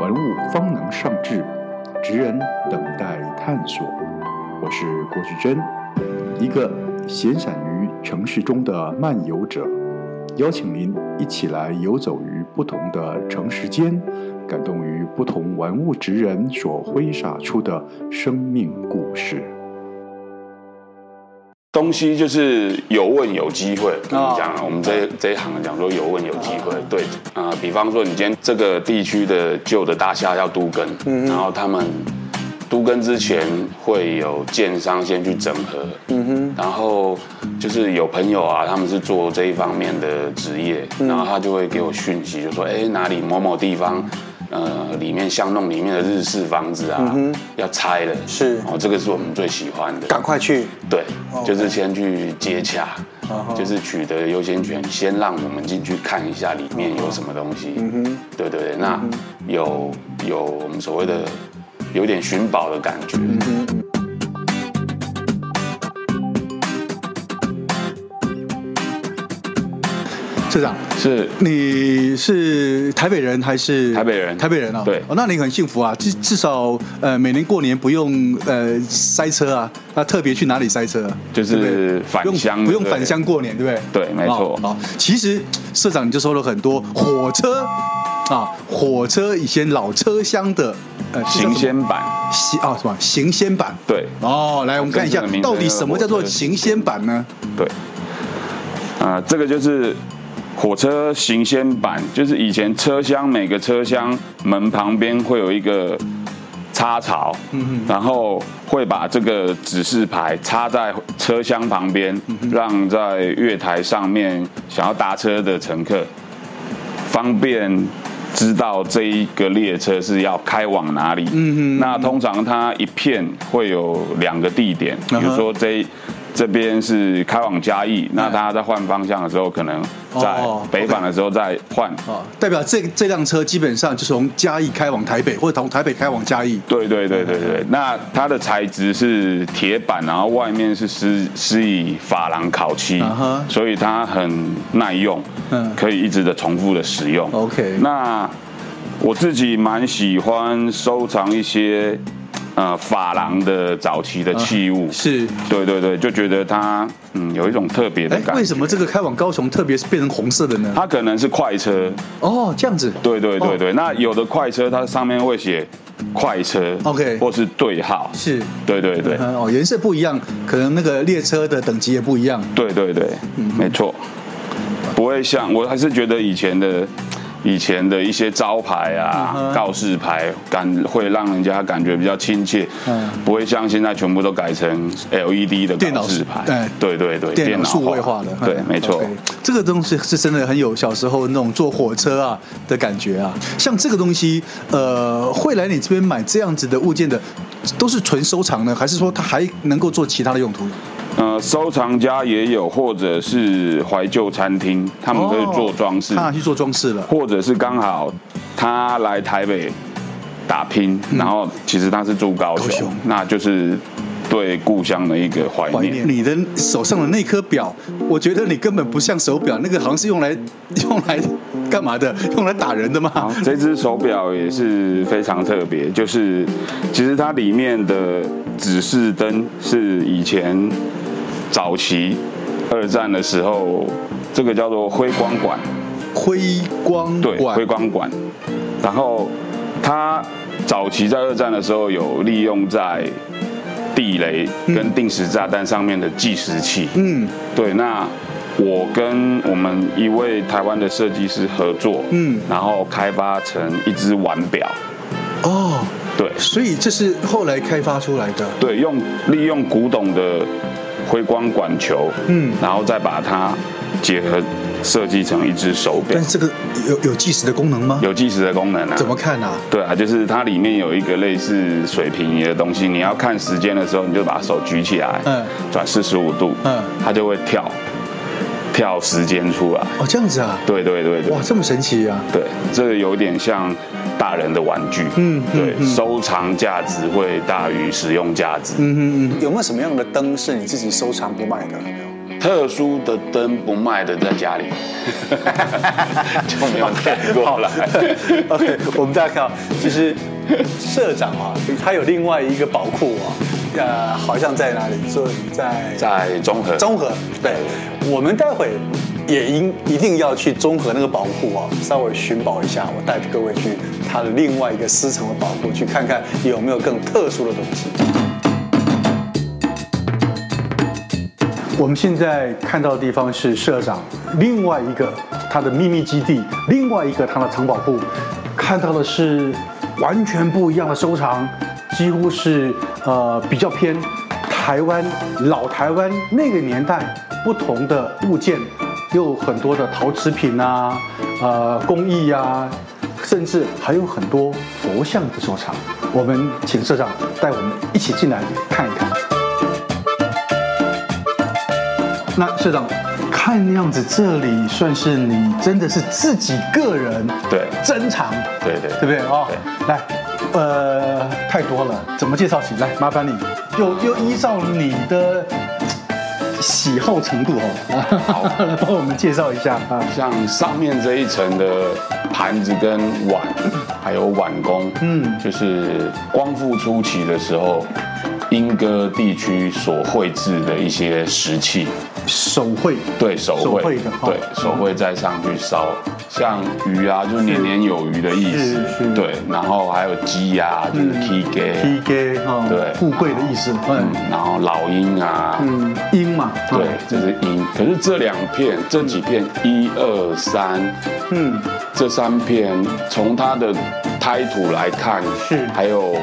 玩物方能上志，职人等待探索。我是郭志珍，一个闲散于城市中的漫游者，邀请您一起来游走于不同的城市间，感动于不同玩物职人所挥洒出的生命故事。东西就是有问有机会，我哦们讲啊，我们这这一行讲说有问有机会，对啊、比方说你今天这个地区的旧的大厦要都更，嗯哼然后他们都更之前会有建商先去整合，嗯哼，然后就是有朋友啊，他们是做这一方面的职业，然后他就会给我讯息，就说哎哪里某某地方，呃里面巷弄里面的日式房子嗯啊、要拆了，是哦这个是我们最喜欢的，赶快去。对， OK 就是先去接洽嗯哼就是取得优先权，先让我们进去看一下里面有什么东西。嗯哼，对对对，嗯那有有我们所谓的有点寻宝的感觉。嗯社长，是你是台北人还是台北人台北人啊、对嗯哦，那你很幸福啊，至至少呃，每年过年不用呃塞车啊，那特别去哪里塞车、啊？就是对不对返不用乡不用对不对返乡过年，对不对？对没错哦好，其实社长你就说了很多火车啊，火车以前老车厢的呃是叫什行么仙版。行啊什么行仙版。对哦，来我们看一下真正的名字到底什么叫做叫做行仙版呢？对，啊、这个就是火车行先版，就是以前车厢每个车厢门旁边会有一个插槽，嗯然后会把这个指示牌插在车厢旁边，让在月台上面想要搭车的乘客方便。知道这一个列车是要开往哪里？嗯嗯。那通常它一片会有两个地点，比嗯哼嗯如说这一这边是开往嘉义，那它在换方向的时候，可能在哦北返的时候再换。啊，代表这这辆车基本上就从嘉义开往台北，或者从台北开往嘉义。对对对对嗯对，那它的材质是铁板，然后外面是施施以珐琅烤漆啊哈所以它很耐用，嗯哦可以一直的重复的使用。 OK 那我自己蛮喜欢收藏一些呃珐琅的早期嗯的器物，是，对对对，就觉得它嗯有一种特别的哎感，觉。为什么这个开往高雄特别是变成红色的呢？它可能是快车，哦，这样子。对对对哦对。那有的快车它上面会写快车 OK 或是对号，是，对对对嗯哦，颜色不一样，可能那个列车的等级也不一样。对对对，嗯没错，不会像我还是觉得以前的。以前的一些招牌嗯啊、哼告示牌，感会让人家感觉比较亲切嗯，不会像现在全部都改成 LED 的电脑告示牌哎。对对对，电脑数位化的，对嗯，没错 OK。这个东西是真的很有小时候那种坐火车啊的感觉啊。像这个东西，呃，会来你这边买这样子的物件的，都是纯收藏呢，还是说它还能够做其他的用途？呃，收藏家也有，或者是怀旧餐厅，他们可以做装饰，他拿去做装饰了。或者是刚好他来台北打拼，然后其实他是住高雄，高雄那就是对故乡的一个怀怀念。念你的手上的那颗表，我觉得你根本不像手表，那个好像是用来用来干嘛的？用来打人的好吗？，这只手表也是非常特别，就是其实它里面的指示灯是以前早期二战的时候，这个叫做辉光管，辉光对，管辉光管。然后它早期在二战的时候有利用在地雷跟定时炸弹上面的计时器。嗯对，那我跟我们一位台湾的设计师合作，嗯然后开发成一只腕表，哦，对所以这是后来开发出来的。对，用利用古董的辉光管球，嗯然后再把它结合设计成一只手表但，是这个有有计时的功能吗？有计时的功能啊。怎么看啊？对啊，就是它里面有一个类似水平仪的东西，你要看时间的时候，你就把手举起来，嗯，转四十五度，嗯它就会跳跳时间出来。哦，这样子啊，对对对对哇，，这么神奇啊！对，这个有点像大人的玩具，嗯嗯对，嗯收藏价值会大于使用价值。嗯嗯 嗯，有没有什么样的灯是你自己收藏不卖的？ 特殊的灯不卖的在家里 就没有带过来。 OK，我们大家看啊，其实社长啊，他有另外一个宝库啊，呃，好像在哪里？所以在在中和，综合。对，我们待会也应一定要去综合那个宝库啊，稍微寻宝一下。我带着各位去他的另外一个私藏的宝库，去看看有没有更特殊的东西。我们现在看到的地方是社长另外一个他的秘密基地，另外一个他的藏宝库，看到的是完全不一样的收藏，几乎是呃比较偏台湾老台湾那个年代不同的物件，有很多的陶瓷品啊，呃工艺啊，甚至还有很多佛像的收藏。我们请社长带我们一起进来看一看。那社长，看样子这里算是你真的是自己个人对珍藏，对对对不对哦？对来，呃，太多了，怎么介绍起？来，麻烦你，又又依照你的嘖喜好程度哦， 来帮我们介绍一下啊。像上面这一层的盘子跟碗，还有碗工，嗯嗯，就是光复初期的时候，英歌地区所绘制的一些石器，手绘，对手手绘，绘的哦对手绘再上去烧，像鱼啊，就是年年有余的意思是是，对，然后还有鸡啊，就是嗯 T G， P K 哈，对富贵的意思，嗯嗯，然后老鹰啊，嗯，鹰嘛，啊对，这是鹰。可是这两片，这几片一二三，嗯，这三片从它的胎土来看，是还有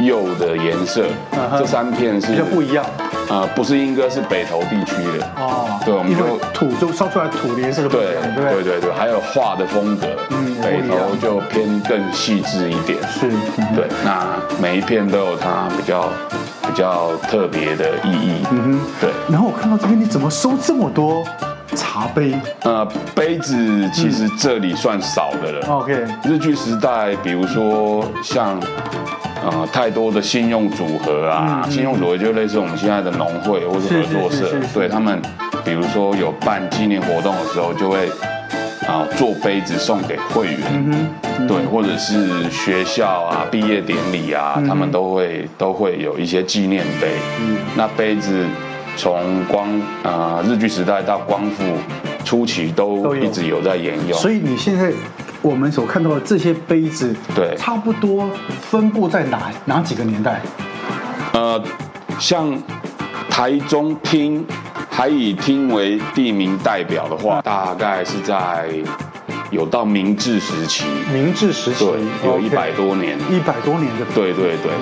釉的颜色嗯，哼这三片是比较不一样呃，不是莺歌，是北投地区的。哦，对我们因就为土就烧出来土的颜色就不一对样，对不对对对，还有画的风格，嗯北不一样投就偏更细致一点。是，嗯对，那每一片都有它比较比较特别的意义。嗯哼，对。然后我看到这边，你怎么收这么多茶杯呃，杯子其实这里算少的了。 ？OK，日据时代，比如说像呃太多的信用组合啊，信用组合就类似我们现在的农会或是合作社，嗯是是是是对他们，比如说有办纪念活动的时候，就会啊、做杯子送给会员。嗯对，或者是学校啊、毕业典礼啊，嗯他们都会都会有一些纪念碑。那杯子从光啊、日据时代到光复初期都都有一直有在沿用。所以你现在我们所看到的这些杯子，对差不多分布在哪哪几个年代？呃，像台中厅，还以厅为地名代表的话，大概是在有到明治时期，明治时期嗯对，有一百多年。一百多年的对对对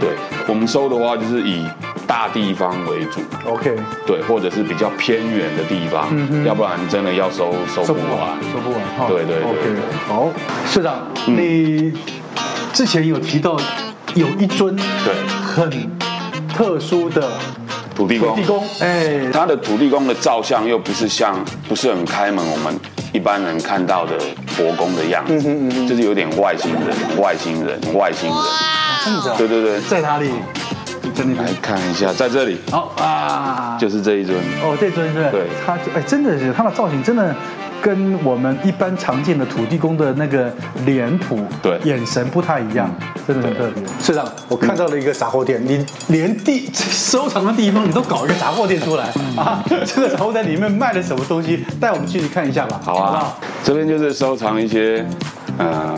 对，我们收的话就是以大地方为主， ，OK，对，或者是比较偏远的地方，嗯要不然真的要收收不完。收不完哈。对对对哦嗯 OK，对好，社长，你之前有提到有一尊对很特殊的土地土公地，公，哎，它的土地公的造像又不是像不是很开门我们一般人看到的佛公的嗯样子，就是有点外星人，外星人，外星人。这样子啊对哎对对，在哪里？在那来边。看一下，在这里好啊，就是这一尊。哦，这尊是，对它哎，真的是它的造型真的跟我们一般常见的土地公的那个脸谱、对嗯眼神不太一样，真的很特别。社长，我看到了一个杂货店，你连地收藏的地方你都搞一个杂货店出来嗯啊？这个杂货店里面卖的什么东西？带我们进去看一下吧，好不啊好？，这边就是收藏一些，呃，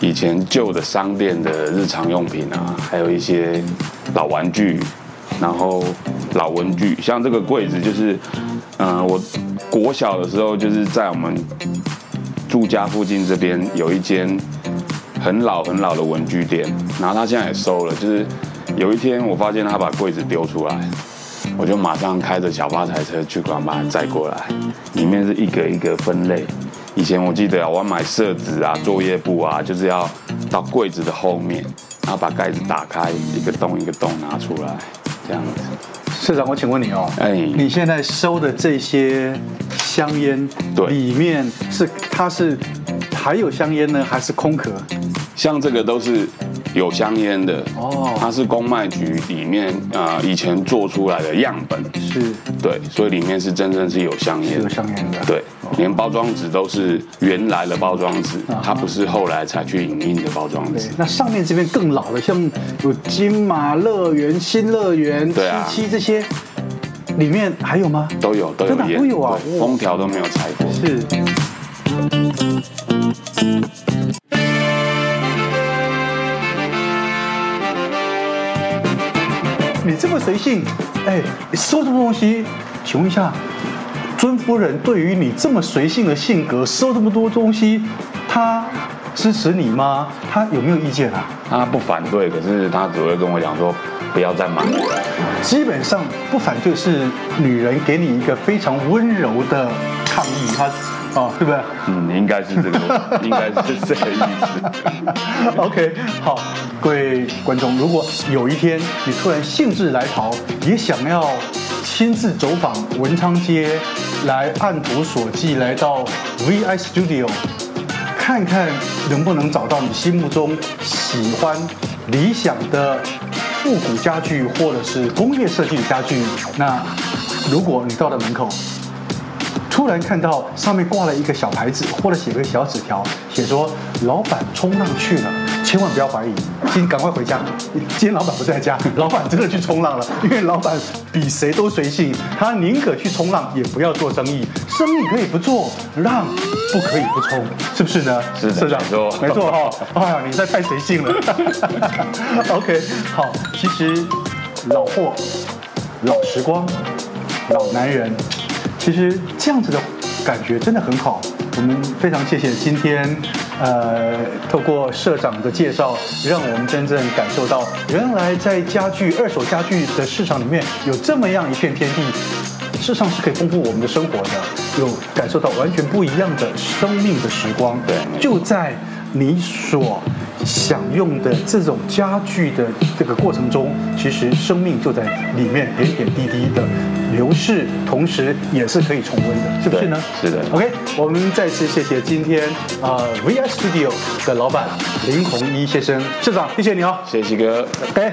以前旧的商店的日常用品啊，还有一些老玩具，然后老文具，像这个柜子就是，嗯、我国小的时候就是在我们住家附近这边有一间很老很老的文具店，然后他现在也收了，就是有一天我发现他把柜子丢出来。我就马上开着小巴台车去把它载过来，里面是一个一个分类。以前我记得啊，我要买色纸啊、作业簿啊，就是要到柜子的后面，然后把盖子打开，一个洞一个洞拿出来，这样子。社长，我请问你哦，哎你现在收的这些香烟，对里面是它是还有香烟呢，还是空壳？像这个都是有香烟的哦哦，它是公卖局里面啊、呃以前做出来的样本，是对，所以里面是真正是有香是烟有的。香烟的。对，连包装纸都是原来的包装纸，它不是后来才去影印的包装啊对纸。那上面这边更老的，像有金马乐园、新乐园、对啊七七这些，里面还有吗？都有都有真的啊烟，都有啊对哇封条都没有拆过。是。你这么随性，哎，收这么多东西，请问一下，尊夫人对于你这么随性的性格，收这么多东西，她支持你吗？她有没有意见啊？他不反对，可是他只会跟我讲说不要再买了。基本上不反对是女人给你一个非常温柔的抗议，她哦，对不对？嗯，应该是这个，应该是这个意思。 OK，好，各位观众，如果有一天你突然兴致来潮，也想要亲自走访文昌街，来按图索骥来到 VI Studio，看看能不能找到你心目中喜欢、理想的复古家具或者是工业设计的家具。那如果你到了门口，突然看到上面挂了一个小牌子，或者写个小纸条，写说老板冲浪去了，千万不要怀疑，今赶快回家。今天老板不在家，老板真的去冲浪了，因为老板比谁都随性，他宁可去冲浪，也不要做生意。生意可以不做，浪不可以不冲，是不是呢？是的社长，没错没错哈、哎呀，你这太随性了。OK，好，其实老货、老时光、老男人，其实这样子的感觉真的很好。我们非常谢谢今天，呃，透过社长的介绍，让我们真正感受到，原来在家具、二手家具的市场里面有这么样一片天地。事实上是可以丰富我们的生活的，有感受到完全不一样的生命的时光。对没错就在你所享用的这种家具的这个过程中，其实生命就在里面点点滴滴的流逝，同时也是可以重温的，是不是呢？对是的 OK，我们再次谢谢今天呃 VI Studio 的老板林宏一先生，社长，谢谢你哦。谢谢西哥。哎，